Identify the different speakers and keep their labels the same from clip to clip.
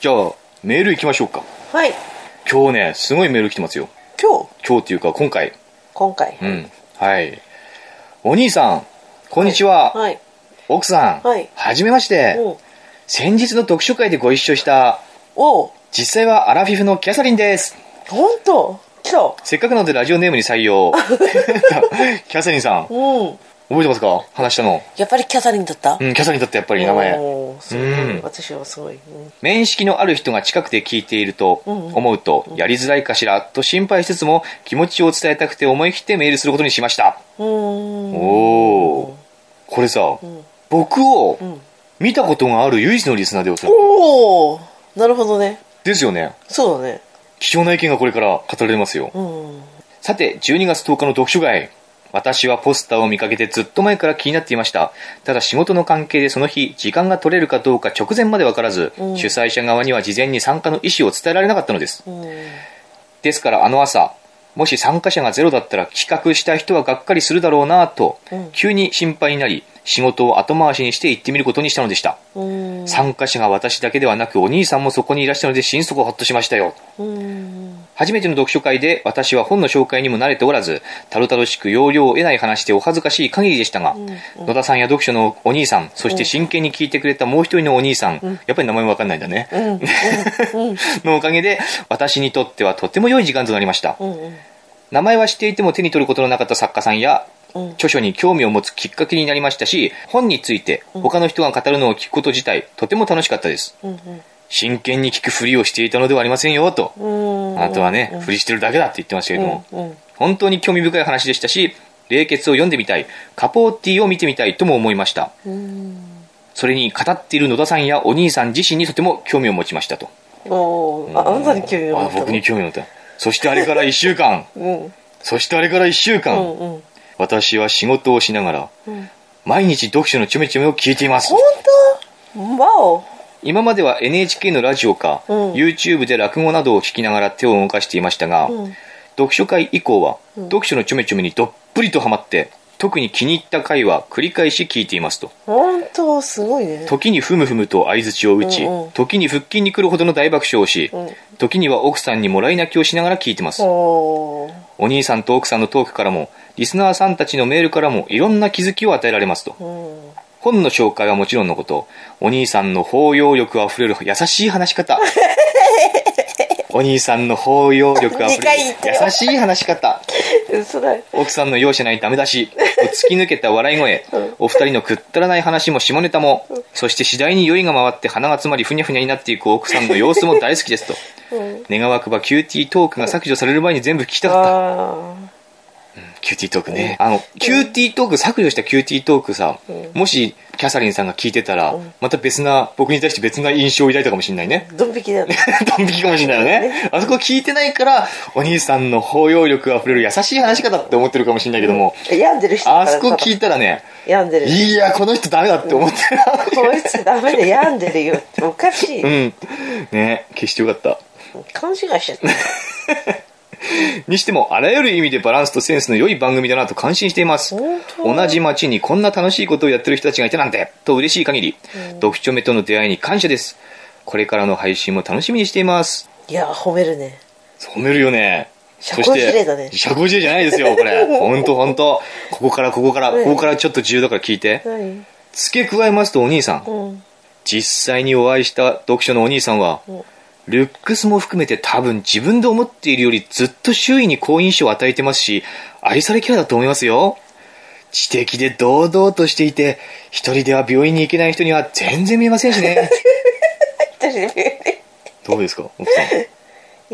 Speaker 1: じゃあ、メール行きましょうか。
Speaker 2: はい。
Speaker 1: 今日ね、すごいメール来てますよ。
Speaker 2: 今日、
Speaker 1: 今日っていうか、今回。
Speaker 2: 今回。
Speaker 1: うん。はい。お兄さん、こんにちは。
Speaker 2: はい。
Speaker 1: 奥さん、
Speaker 2: はい
Speaker 1: じめまして。
Speaker 2: おう
Speaker 1: 先日の読書会でご一緒した、
Speaker 2: おう
Speaker 1: 実際はアラフィフのキャサリンです。
Speaker 2: ほんと来た。
Speaker 1: せっかくなのでラジオネームに採 用。キャサリンさん、覚
Speaker 2: うん。
Speaker 1: えてますか話したの。
Speaker 2: やっぱりキャサリンだった
Speaker 1: うん、キャサリンだってやっぱり名前。
Speaker 2: おーすご
Speaker 1: う
Speaker 2: い
Speaker 1: ん
Speaker 2: 私はすごい。うん
Speaker 1: 面識のある人が近くで聞いていると
Speaker 2: んうん
Speaker 1: 思うと、やりづらいかしらと心配しつつも気持ちを伝えたくて思い切ってメールすることにしました。
Speaker 2: うーん。
Speaker 1: おお、これさ、
Speaker 2: ん
Speaker 1: 僕を
Speaker 2: ん
Speaker 1: 見たことがある唯一のリスナーでよさ、
Speaker 2: おおなるほどね。
Speaker 1: ですよね。
Speaker 2: そうだね。
Speaker 1: 貴重な意見がこれから語られますよ。
Speaker 2: うん。
Speaker 1: さて、12月10日の読書会。私はポスターを見かけてずっと前から気になっていました。ただ仕事の関係でその日、時間が取れるかどうか直前までわからず、
Speaker 2: うん
Speaker 1: 主催者側には事前に参加の意思を伝えられなかったのです。
Speaker 2: うん。
Speaker 1: ですからあの朝、もし参加者がゼロだったら企画した人はがっかりするだろうなぁと
Speaker 2: うん、
Speaker 1: 急に心配になり、仕事を後回しにして行ってみることにしたのでした。
Speaker 2: うん。
Speaker 1: 参加者が私だけではなくお兄さんもそこにいらしたので心底ホッとしましたよ。
Speaker 2: うん。
Speaker 1: 初めての読書会で私は本の紹介にも慣れておらず、たるたるしく要領を得ない話でお恥ずかしい限りでしたが、野田さんや読書のお兄さん、そして真剣に聞いてくれたもう一人のお兄さん、やっぱり名前もわかんないんだね。のおかげで、私にとってはとても良い時間となりました。
Speaker 2: うん。
Speaker 1: 名前は知っていても手に取ることのなかった作家さんや、
Speaker 2: うん
Speaker 1: 著書に興味を持つきっかけになりましたし、本について他の人が語るのを聞くこと自体、とても楽しかったです。
Speaker 2: うん。
Speaker 1: 真剣に聞くふりをしていたのではありませんよ、と。
Speaker 2: うん。
Speaker 1: あなたはね、ふりしてるだけだって言ってましたけども、
Speaker 2: うん。
Speaker 1: 本当に興味深い話でしたし、冷血を読んでみたい、カポーティを見てみたいとも思いました。
Speaker 2: うん。
Speaker 1: それに語っている野田さんやお兄さん自身にとても興味を持ちましたと。
Speaker 2: おーあ、あなたに興味を持
Speaker 1: あ
Speaker 2: ったの
Speaker 1: 僕に興味を持った。そしてあれから1週 間、
Speaker 2: うん。
Speaker 1: そしてあれから1週間、
Speaker 2: うんうん。
Speaker 1: 私は仕事をしながら、毎日読書のちょめちょめを聞いています
Speaker 2: 本当わお
Speaker 1: 今までは NHK のラジオか、
Speaker 2: うん
Speaker 1: YouTube で落語などを聞きながら手を動かしていましたが、
Speaker 2: うん
Speaker 1: 読書会以降は、読書のちょめちょめにどっぷりとハマって特に気に入った回は繰り返し聞いていますと
Speaker 2: 本当すごいね。
Speaker 1: 時にふむふむと相づちを打ち、
Speaker 2: うんうん
Speaker 1: 時に腹筋に来るほどの大爆笑をし、
Speaker 2: ん
Speaker 1: 時には奥さんにもらい泣きをしながら聞いてます、
Speaker 2: おー
Speaker 1: お兄さんと奥さんのトークからもリスナーさんたちのメールからもいろんな気づきを与えられますと、
Speaker 2: うん。
Speaker 1: 本の紹介はもちろんのこと、お兄さんの包容力あふれる優しい話し 方。お兄さんの包容力あふ
Speaker 2: 二回
Speaker 1: れ
Speaker 2: 言
Speaker 1: る
Speaker 2: ってよ
Speaker 1: 優しい話し方。
Speaker 2: 嘘だよ。
Speaker 1: 奥さんの容赦ないダメ出し、突き抜けた笑い声
Speaker 2: うん、
Speaker 1: お二人のくったらない話も下ネタも、そして次第に酔いが回って鼻が詰まりふにゃふにゃになっていく奥さんの様子も大好きですと。
Speaker 2: うん。
Speaker 1: 願わくばキューティートークが削除される前に全部聞きたかった。
Speaker 2: あ
Speaker 1: キューティートークね。あの、キューティートーク、削除したキューティートークさ、もし、キャサリンさんが聞いてたら、また別な、僕に対して別な印象を抱いたかもしれない ね。
Speaker 2: ードン引きだよね。
Speaker 1: ドン引きかもしれないよね。あそこ聞いてないから、お兄さんの包容力あふれる優しい話し方って思ってるかもしれないけども、
Speaker 2: 病んでる人だ
Speaker 1: あ
Speaker 2: から
Speaker 1: そこ
Speaker 2: さ
Speaker 1: 聞いたらね、
Speaker 2: 病んでる。
Speaker 1: いや、この人ダメだって思 ってる。
Speaker 2: こいつダメで病んで るよっておかしい。
Speaker 1: うん。ね、決してよかった。
Speaker 2: 勘違いしちゃった。
Speaker 1: にしても、あらゆる意味でバランスとセンスの良い番組だなと感心しています。
Speaker 2: 本当
Speaker 1: 同じ街にこんな楽しいことをやってる人たちがいてなんて、と嬉しい限り、読書目との出会いに感謝です。これからの配信も楽しみにしています。
Speaker 2: いや、褒めるね。
Speaker 1: 褒めるよね。
Speaker 2: 社交辞令だね
Speaker 1: そして社交辞令じゃないですよ、こ れ。ほんとほんと。ここからここから、
Speaker 2: うん
Speaker 1: ここからちょっと重要だから聞いて。
Speaker 2: 何
Speaker 1: 付け加えますとお兄さん、
Speaker 2: うん。
Speaker 1: 実際にお会いした読書のお兄さんは
Speaker 2: ん、
Speaker 1: ルックスも含めて多分自分で思っているよりずっと周囲に好印象を与えてますし、愛されキャラだと思いますよ。知的で堂々としていて、一人では病院に行けない人には全然見えませんしね。どうですか、奥さん。
Speaker 2: い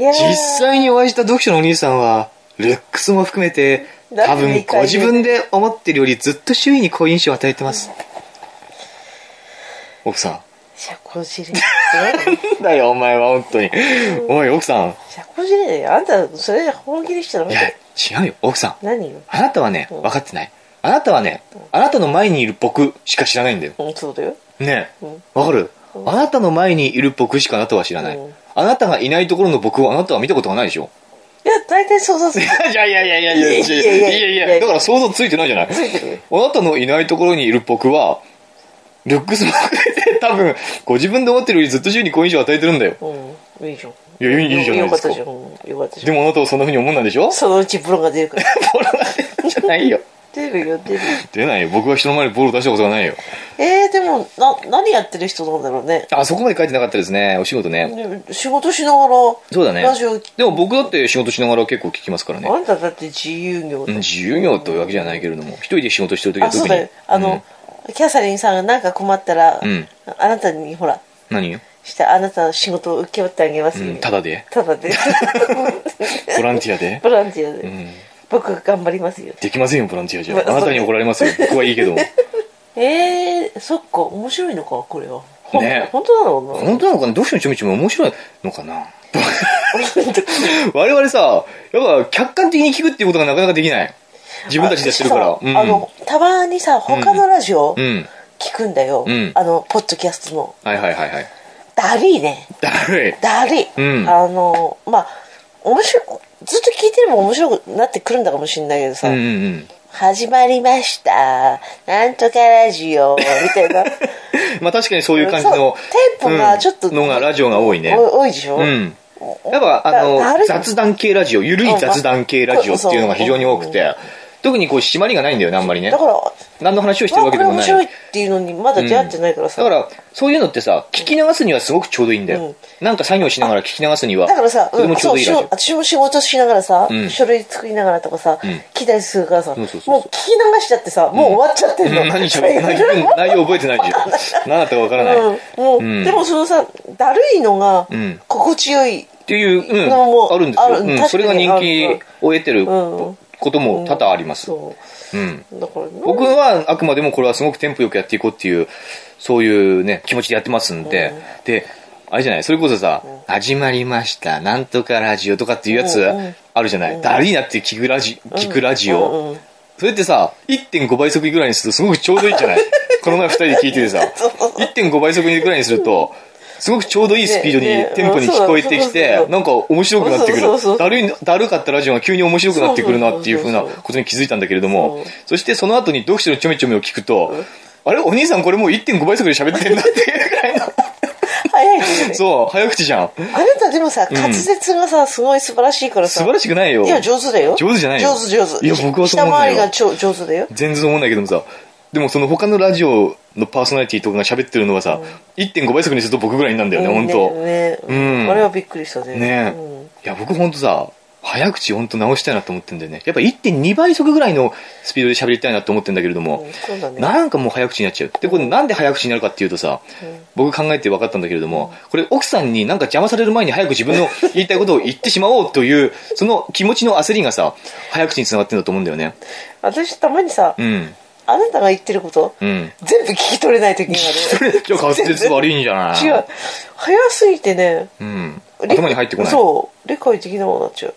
Speaker 2: やー
Speaker 1: 実際にお会いした読書のお兄さんは、ルックスも含めて、多分ご自分で思ってるよりずっと周囲に好印象を与えてます。奥さん。
Speaker 2: 社交 辞令。何
Speaker 1: だよ、お前は、本当に。おい、奥さん。
Speaker 2: 社交辞令だよ。あんた、それ本気でしちゃダメ
Speaker 1: いや
Speaker 2: だよ。、
Speaker 1: 違うよ、奥さん。
Speaker 2: 何よ。
Speaker 1: あなたはね、分かってない。あなたはね、あなたの前にいる僕しか知らないんだよ。
Speaker 2: うん、そうだよ。
Speaker 1: ねえ、わかるあなたの前にいる僕しかあなたは知らない
Speaker 2: うん。
Speaker 1: あなたがいないところの僕をあなたは見たことがない でしょ。
Speaker 2: いや、大体想像する。
Speaker 1: いやいやいやいやいやい
Speaker 2: いやいやいや
Speaker 1: やいやだから想像ついてないじゃない。
Speaker 2: ついてるよ。
Speaker 1: あなたのいないところにいる僕は、ルックスも含めて多分、ご自分で思ってるよりずっと主に好印象を与えてるんだよ。
Speaker 2: うんいいじゃん
Speaker 1: いやいいいいじゃないですか
Speaker 2: よかったじゃんよかったじ
Speaker 1: で
Speaker 2: ゃん
Speaker 1: もあなたはそんな風に思うんないでしょ
Speaker 2: そのうちボロが出るから
Speaker 1: ボロが出るんじゃないよ。
Speaker 2: 出るよ出るよ
Speaker 1: 出ないよ。僕は人の前にボロ出したことがないよ。
Speaker 2: えー、でもな何やってる人なんだろうね
Speaker 1: あ、そこまで書いてなかったですね。お仕事ね。
Speaker 2: で仕事しながら
Speaker 1: そうだね
Speaker 2: ラジオ。
Speaker 1: でも僕だって仕事しながら結構聞きますからね。
Speaker 2: あんただって自由業
Speaker 1: うん自由業というわけじゃないけれども、一人で仕事してるときは
Speaker 2: あ
Speaker 1: 特
Speaker 2: そう
Speaker 1: に。
Speaker 2: だよあの、キャサリンさんがなんか困ったら、
Speaker 1: うん
Speaker 2: あなたにほら
Speaker 1: うん何よ、
Speaker 2: してあなたの仕事を請け負ってあげます
Speaker 1: う
Speaker 2: よ、
Speaker 1: ん、ただで
Speaker 2: ただで
Speaker 1: ボランティアで
Speaker 2: ボランティアで、
Speaker 1: うん。
Speaker 2: 僕が頑張りますよ
Speaker 1: できませんよ、ボランティアじゃ。
Speaker 2: まあ
Speaker 1: あなたに怒られますよ。僕はいいけど。
Speaker 2: えー、そっか面白いのかこれはほん
Speaker 1: ね
Speaker 2: 本当なのかな
Speaker 1: 本当なのかな読書のちょみちょみ面白いのか な我々さ、やっぱ客観的に聞くっていうことがなかなかできない。自分たちでやってるから。
Speaker 2: 私さあのたまにさ他のラジオ
Speaker 1: うん。うん。
Speaker 2: 聞くんだよ、
Speaker 1: うん
Speaker 2: あのポッドキャストの
Speaker 1: はいはいはいはい。
Speaker 2: だりいね
Speaker 1: だるい。
Speaker 2: だりい、
Speaker 1: うん
Speaker 2: あのまあ面白いずっと聞いてれば面白くなってくるんだかもしれないけどさ、
Speaker 1: うんうんうん。
Speaker 2: 始まりましたなんとかラジオみた いな
Speaker 1: まあ確かにそういう感じの。
Speaker 2: そうテンポがちょっと
Speaker 1: うんのがラジオが多いね。
Speaker 2: お多いでしょ、
Speaker 1: うん。やっぱ、あ
Speaker 2: だだ
Speaker 1: の
Speaker 2: る、い
Speaker 1: 雑談系ラジオ、ゆるい雑談系ラジオっていうのが非常に多くて、特にこう、締まりがないんだよね、あんまりね
Speaker 2: だ。から
Speaker 1: 何の話をしてる
Speaker 2: まあ
Speaker 1: わ
Speaker 2: こ
Speaker 1: けで
Speaker 2: れ
Speaker 1: も
Speaker 2: 面
Speaker 1: ない。
Speaker 2: 白いっていうのにまだ出会ってないからさ、
Speaker 1: だから、そういうのってさ、聞き流すにはすごくちょうどいいんだよ。なんか作業しながら聞き流すには、
Speaker 2: だからさ、
Speaker 1: それ
Speaker 2: う
Speaker 1: も
Speaker 2: ん、
Speaker 1: ちょうど
Speaker 2: そう、
Speaker 1: いい
Speaker 2: し
Speaker 1: ラジオ。
Speaker 2: ょ私も仕事しながらさ、
Speaker 1: ん
Speaker 2: 書類作りながらとかさ、聞いたりするからさ、
Speaker 1: んそうそうそう
Speaker 2: もう聞き流しちゃってさ、もう終わっちゃって
Speaker 1: うん
Speaker 2: の。
Speaker 1: 何 しゃべ内容内容覚えてないでしょ。何だったかわからない。
Speaker 2: うん
Speaker 1: っ
Speaker 2: もう、
Speaker 1: ん
Speaker 2: でもそのさ、だるいのが
Speaker 1: ん、
Speaker 2: 心地よい。
Speaker 1: ていう、うん、
Speaker 2: のも
Speaker 1: あるんです
Speaker 2: ある
Speaker 1: よ。う
Speaker 2: 確
Speaker 1: ん、
Speaker 2: かに
Speaker 1: それが人気を得てる
Speaker 2: うん
Speaker 1: ことも多々あります。
Speaker 2: そ
Speaker 1: うん。
Speaker 2: う。だから、
Speaker 1: 僕はあくまでもこれはすごくテンポよくやっていこうっていう、そういうね、気持ちでやってますんで、で、あれじゃない、それこそさ、始まりました、なんとかラジオとかっていうやつ、
Speaker 2: うんうん
Speaker 1: あるじゃない、だるいなって聞くラジ、聞くラジオ、
Speaker 2: うんうん
Speaker 1: それってさ、1.5倍速ぐらいにするとすごくちょうどいい じゃないこの前二人で聞いててさ、1.5倍速ぐらいにすると、すごくちょうどいいスピードに、
Speaker 2: ねね
Speaker 1: テンポに聞こえてき
Speaker 2: うんそうだ
Speaker 1: て
Speaker 2: そ、う
Speaker 1: なんか面白くなってくる
Speaker 2: そうそうそうそう。
Speaker 1: だるい、だるかったラジオが急に面白くなってくるなっていうふうなことに気づいたんだけれども
Speaker 2: そう、
Speaker 1: そしてその後に読書のちょめちょめを聞くと、あれお兄さんこれもう1.5倍速で喋ってんだっていうぐら いの。
Speaker 2: 早いけどね。
Speaker 1: そう、早口じゃん。
Speaker 2: あなたでもさ、滑舌がさ、すごい素晴らしいからさ。
Speaker 1: 素晴らしくないよ。
Speaker 2: いや、上手だよ。
Speaker 1: 上手じゃないよ
Speaker 2: 上手、上手。
Speaker 1: いや僕はそう思うんだ
Speaker 2: 下
Speaker 1: よ
Speaker 2: 回りがちょ上手だよ。
Speaker 1: 全然思わないけどもさでもその他のラジオのパーソナリティとかが喋ってるのはさ、1.5倍速にすると僕ぐらいになるんだよね、
Speaker 2: うん
Speaker 1: 本当ね
Speaker 2: ね
Speaker 1: うん
Speaker 2: あれはびっくりしたね。
Speaker 1: え、
Speaker 2: うん
Speaker 1: いや僕本当さ早口本当直したいなと思ってんだよねやっぱ1.2倍速ぐらいのスピードで喋りたいなと思ってんだけれども、
Speaker 2: うんそうだね。
Speaker 1: なんかもう早口になっちゃうでこれなんで早口になるかっていうとさ、僕考えて分かったんだけれども、これ奥さんになんか邪魔される前に早く自分 の言いたいことを言ってしまおうというその気持ちの焦りがさ早口につながってんだと思うんだよね
Speaker 2: 私たまにさ、
Speaker 1: うん
Speaker 2: あなたが言ってること、
Speaker 1: うん
Speaker 2: 全部聞き取れない 時がある。
Speaker 1: じゃあ滑舌悪いんじゃない
Speaker 2: 違う。早すぎてね、
Speaker 1: うん、
Speaker 2: 理
Speaker 1: 頭に入ってこない
Speaker 2: そう。理解できなくなっちゃう。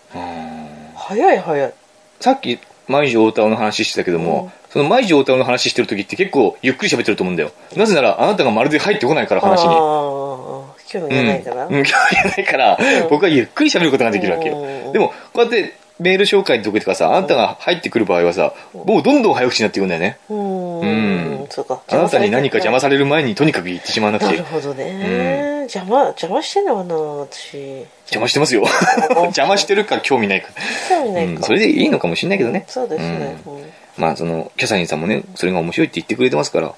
Speaker 2: 早い早い。
Speaker 1: さっき舞女太郎の話してたけども、その舞女太郎の話してる時って結構ゆっくり喋ってると思うんだよなぜならあなたがまるで入ってこないから話に
Speaker 2: あー興味がないから。
Speaker 1: うん、うん興 味がないから、僕はゆっくり喋ることができるわけよ、
Speaker 2: うん
Speaker 1: でもこうやってメール紹介の時とかさあなたが入ってくる場合はさ、もうどんどん早口になっていくんだよね、
Speaker 2: う
Speaker 1: うん
Speaker 2: ん。そうか。
Speaker 1: あなたに何か邪魔
Speaker 2: さ
Speaker 1: される前にとにかく言ってしまわなく
Speaker 2: れ
Speaker 1: て
Speaker 2: てるなるほどね。邪魔、邪魔してんのかな、私。
Speaker 1: 邪魔してますよ 邪魔してるから興味ないか
Speaker 2: 興味な
Speaker 1: ら、う
Speaker 2: い
Speaker 1: ん、
Speaker 2: か。
Speaker 1: それでいいのかもしれないけどね、
Speaker 2: そうですね。うん
Speaker 1: まあそのキャサリンさんもねそれが面白いって言ってくれてますから、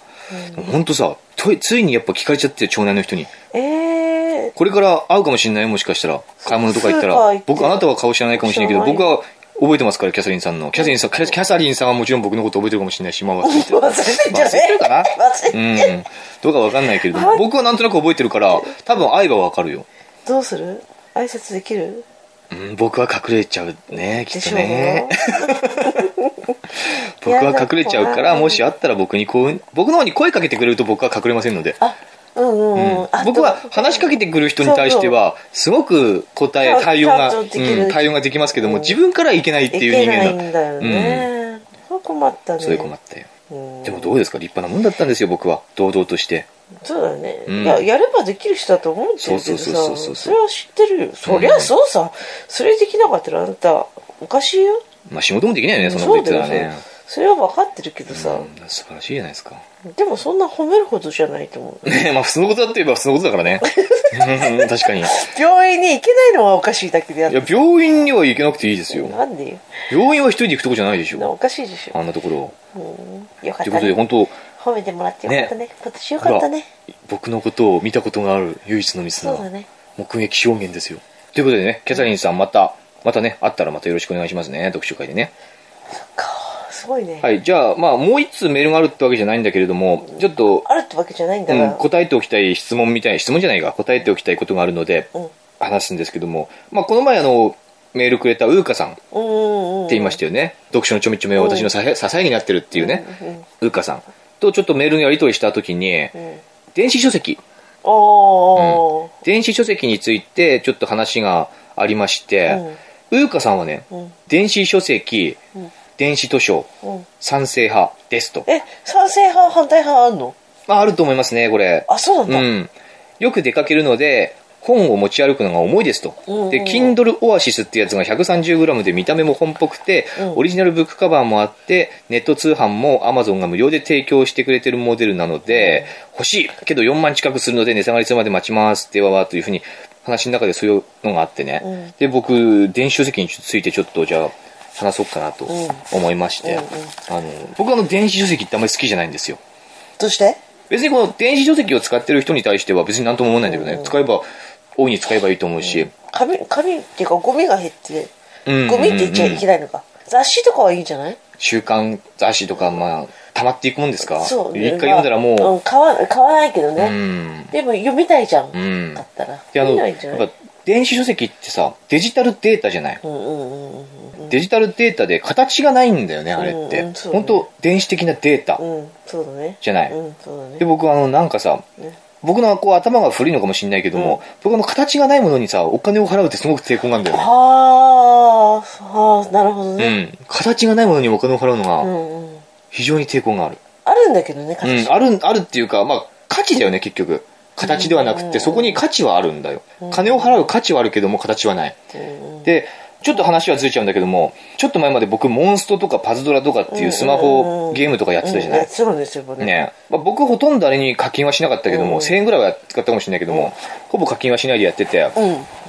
Speaker 1: ほんとさとついにやっぱ聞かれちゃって町内の人に
Speaker 2: え
Speaker 1: これから会うかもしれないよもしかしたら買い物とか行った
Speaker 2: スーパー
Speaker 1: ら
Speaker 2: 行って
Speaker 1: 僕あなたは顔知らないかもしれないけど
Speaker 2: 知らない
Speaker 1: 僕は覚えてますからキャサリンさんのキャサリンさんキャキャサリンさんはもちろん僕のこと覚えてるかもしれないしまあ忘れて
Speaker 2: ー、 忘れてんじゃね
Speaker 1: 忘れてるかな
Speaker 2: 忘
Speaker 1: う
Speaker 2: れ
Speaker 1: んどうかわかんないけれども僕はなんとなく覚えてるから多分会えばわかるよ、
Speaker 2: どうする挨拶できる
Speaker 1: うん、僕は隠れちゃうねき
Speaker 2: で
Speaker 1: っと
Speaker 2: しょう
Speaker 1: ね 僕は隠れちゃうからもし会ったら僕にこう僕の方に声かけてくれると僕は隠れませんので
Speaker 2: あ、うんうんうん。あ
Speaker 1: 僕は話しかけてくる人に対してはすごく答え
Speaker 2: そう
Speaker 1: 対応が、
Speaker 2: ちゃ
Speaker 1: うん
Speaker 2: とできる
Speaker 1: ん、対応ができますけども、
Speaker 2: うん
Speaker 1: 自分からいけないって
Speaker 2: い
Speaker 1: いう
Speaker 2: け
Speaker 1: 人
Speaker 2: な
Speaker 1: 間
Speaker 2: い
Speaker 1: なん
Speaker 2: だよね。それ困ったね。
Speaker 1: それ困ったよ
Speaker 2: うん
Speaker 1: でもどうですか立派なもんだったんですよ僕は堂々として
Speaker 2: そうだね、
Speaker 1: うん
Speaker 2: いややればできる人だと思うんだけど
Speaker 1: そう
Speaker 2: さ
Speaker 1: そうそうそうそう
Speaker 2: それは知ってるよそりゃそうさ、それできなかったらあんたおかしいよ
Speaker 1: まあ仕事もできないよねそんなこ
Speaker 2: そ
Speaker 1: と言
Speaker 2: う
Speaker 1: って
Speaker 2: だ
Speaker 1: た
Speaker 2: よ
Speaker 1: らね
Speaker 2: そうそれは分かってるけどさ、
Speaker 1: うん素晴らしいじゃないですか。
Speaker 2: でもそんな褒めるほどじゃないと思 う
Speaker 1: ねまあ、普通のことだと言えば普通のことだからね。うん確かに。い
Speaker 2: 病院に行けないのはおかしいだけであって
Speaker 1: や、病院には行けなくていいですよ。
Speaker 2: なんでよ
Speaker 1: 病院は一人で行くとこじゃないでし
Speaker 2: な
Speaker 1: ょ。
Speaker 2: おかしいでしょ
Speaker 1: あんなところ。
Speaker 2: よかっ
Speaker 1: ということ
Speaker 2: た
Speaker 1: で、
Speaker 2: ね
Speaker 1: 本当
Speaker 2: 褒めてもらってよかったね今年よ
Speaker 1: ほ
Speaker 2: かっ
Speaker 1: ら
Speaker 2: たね、
Speaker 1: 僕のことを見たことがある唯一のミスな
Speaker 2: そうだね
Speaker 1: 目撃証言ですよ。ということでね、キャサリンさんまた、またね、会ったらまたよろしくお願いしますね、読書会でね。
Speaker 2: かすごいね、
Speaker 1: はい、じゃあ、まあ、もう一通メールがあるってわけじゃないんだけれども、ちょっと、
Speaker 2: あるってわけじゃないんだ
Speaker 1: うん、
Speaker 2: が、
Speaker 1: 答えておきたい質問みたい、質問じゃないか、答えておきたいことがあるので、
Speaker 2: うん
Speaker 1: 話すんですけども、まあ、この前あの、メールくれたウーカさんって
Speaker 2: うんうんうん
Speaker 1: 言いましたよね。読書のちょみちょみは私の支え支えになってるっていうね、ウーカさんとちょっとメールのやり取りした時に、
Speaker 2: うん
Speaker 1: 電子書籍、
Speaker 2: おー
Speaker 1: 電子書籍についてちょっと話がありまして、ウーカさんはね、
Speaker 2: ん
Speaker 1: 電子書籍、電子図書、
Speaker 2: うん
Speaker 1: 賛成派ですと。
Speaker 2: え賛成派反対派あんの
Speaker 1: まあ、あると思いますね、これ。
Speaker 2: あそうなん
Speaker 1: う
Speaker 2: だ、
Speaker 1: ん、よく出かけるので本を持ち歩くのが重いですと、
Speaker 2: うん
Speaker 1: で Kindle Oasis ってやつが 130g で見た目も本っぽくて、
Speaker 2: うん
Speaker 1: オリジナルブックカバーもあってネット通販も Amazon が無料で提供してくれてるモデルなので、欲しいけど4万近くするので値下がりするまで待ちますでははというふうに話の中でそういうのがあってね、
Speaker 2: うん
Speaker 1: で僕電子書籍についてちょっとじゃあ話そうかなと思いまして、
Speaker 2: うんうん
Speaker 1: あの僕あの電子書籍ってあんまり好きじゃないんですよ
Speaker 2: どうして
Speaker 1: 別にこの電子書籍を使ってる人に対しては別に何とも思わないんだけどね、使えば大いに使えばいいと思うし、
Speaker 2: 紙紙っていうかゴミが減って
Speaker 1: うん
Speaker 2: ゴミって言っちゃいけないのか、雑誌とかはいいんじゃない
Speaker 1: 週刊雑誌とかまあ溜まっていくもんですか
Speaker 2: そう
Speaker 1: 一回読んだら
Speaker 2: まあ
Speaker 1: も
Speaker 2: ん、買わ買わないけど
Speaker 1: うう
Speaker 2: ね、
Speaker 1: ん
Speaker 2: でも読みたいじゃん、
Speaker 1: うん
Speaker 2: だったら
Speaker 1: であ
Speaker 2: 読
Speaker 1: の
Speaker 2: みないんじゃ
Speaker 1: や
Speaker 2: な
Speaker 1: っ
Speaker 2: い
Speaker 1: ぱ電子書籍ってさデジタルデータじゃない、
Speaker 2: うんうんうんうん
Speaker 1: デジタルデータで形がないんだよねあれって、
Speaker 2: うんうんそうね
Speaker 1: 本当電子的なデータ
Speaker 2: うんそうだね
Speaker 1: じゃない
Speaker 2: うんそうだね
Speaker 1: で僕あのなんかさ、僕のこう頭が古いのかもしれないけども、僕あの形がないものにさお金を払うってすごく抵抗があるんだよね
Speaker 2: はあはあなるほど
Speaker 1: う
Speaker 2: ね、
Speaker 1: ん、形がないものにお金を払うの
Speaker 2: う
Speaker 1: が
Speaker 2: んうん
Speaker 1: 非常に抵抗がある、
Speaker 2: あるんだけどね
Speaker 1: う
Speaker 2: 形、
Speaker 1: ん、あるあるっていうか、まあ、価値だよね結局形ではなくてそこに価値はあるんだよ金を払う価値はあるけども形はない
Speaker 2: うんうん
Speaker 1: でちょっと話はずれちゃうんだけどもちょっと前まで僕モンストとかパズドラとかっていうスマホゲームとかやってたじゃな
Speaker 2: う
Speaker 1: い
Speaker 2: んそうなんですよ僕
Speaker 1: ねまあ、僕ほとんどあれに課金はしなかったけども、1000円ぐらいは使ったかもしれないけどもほぼ課金はしないでやってて
Speaker 2: う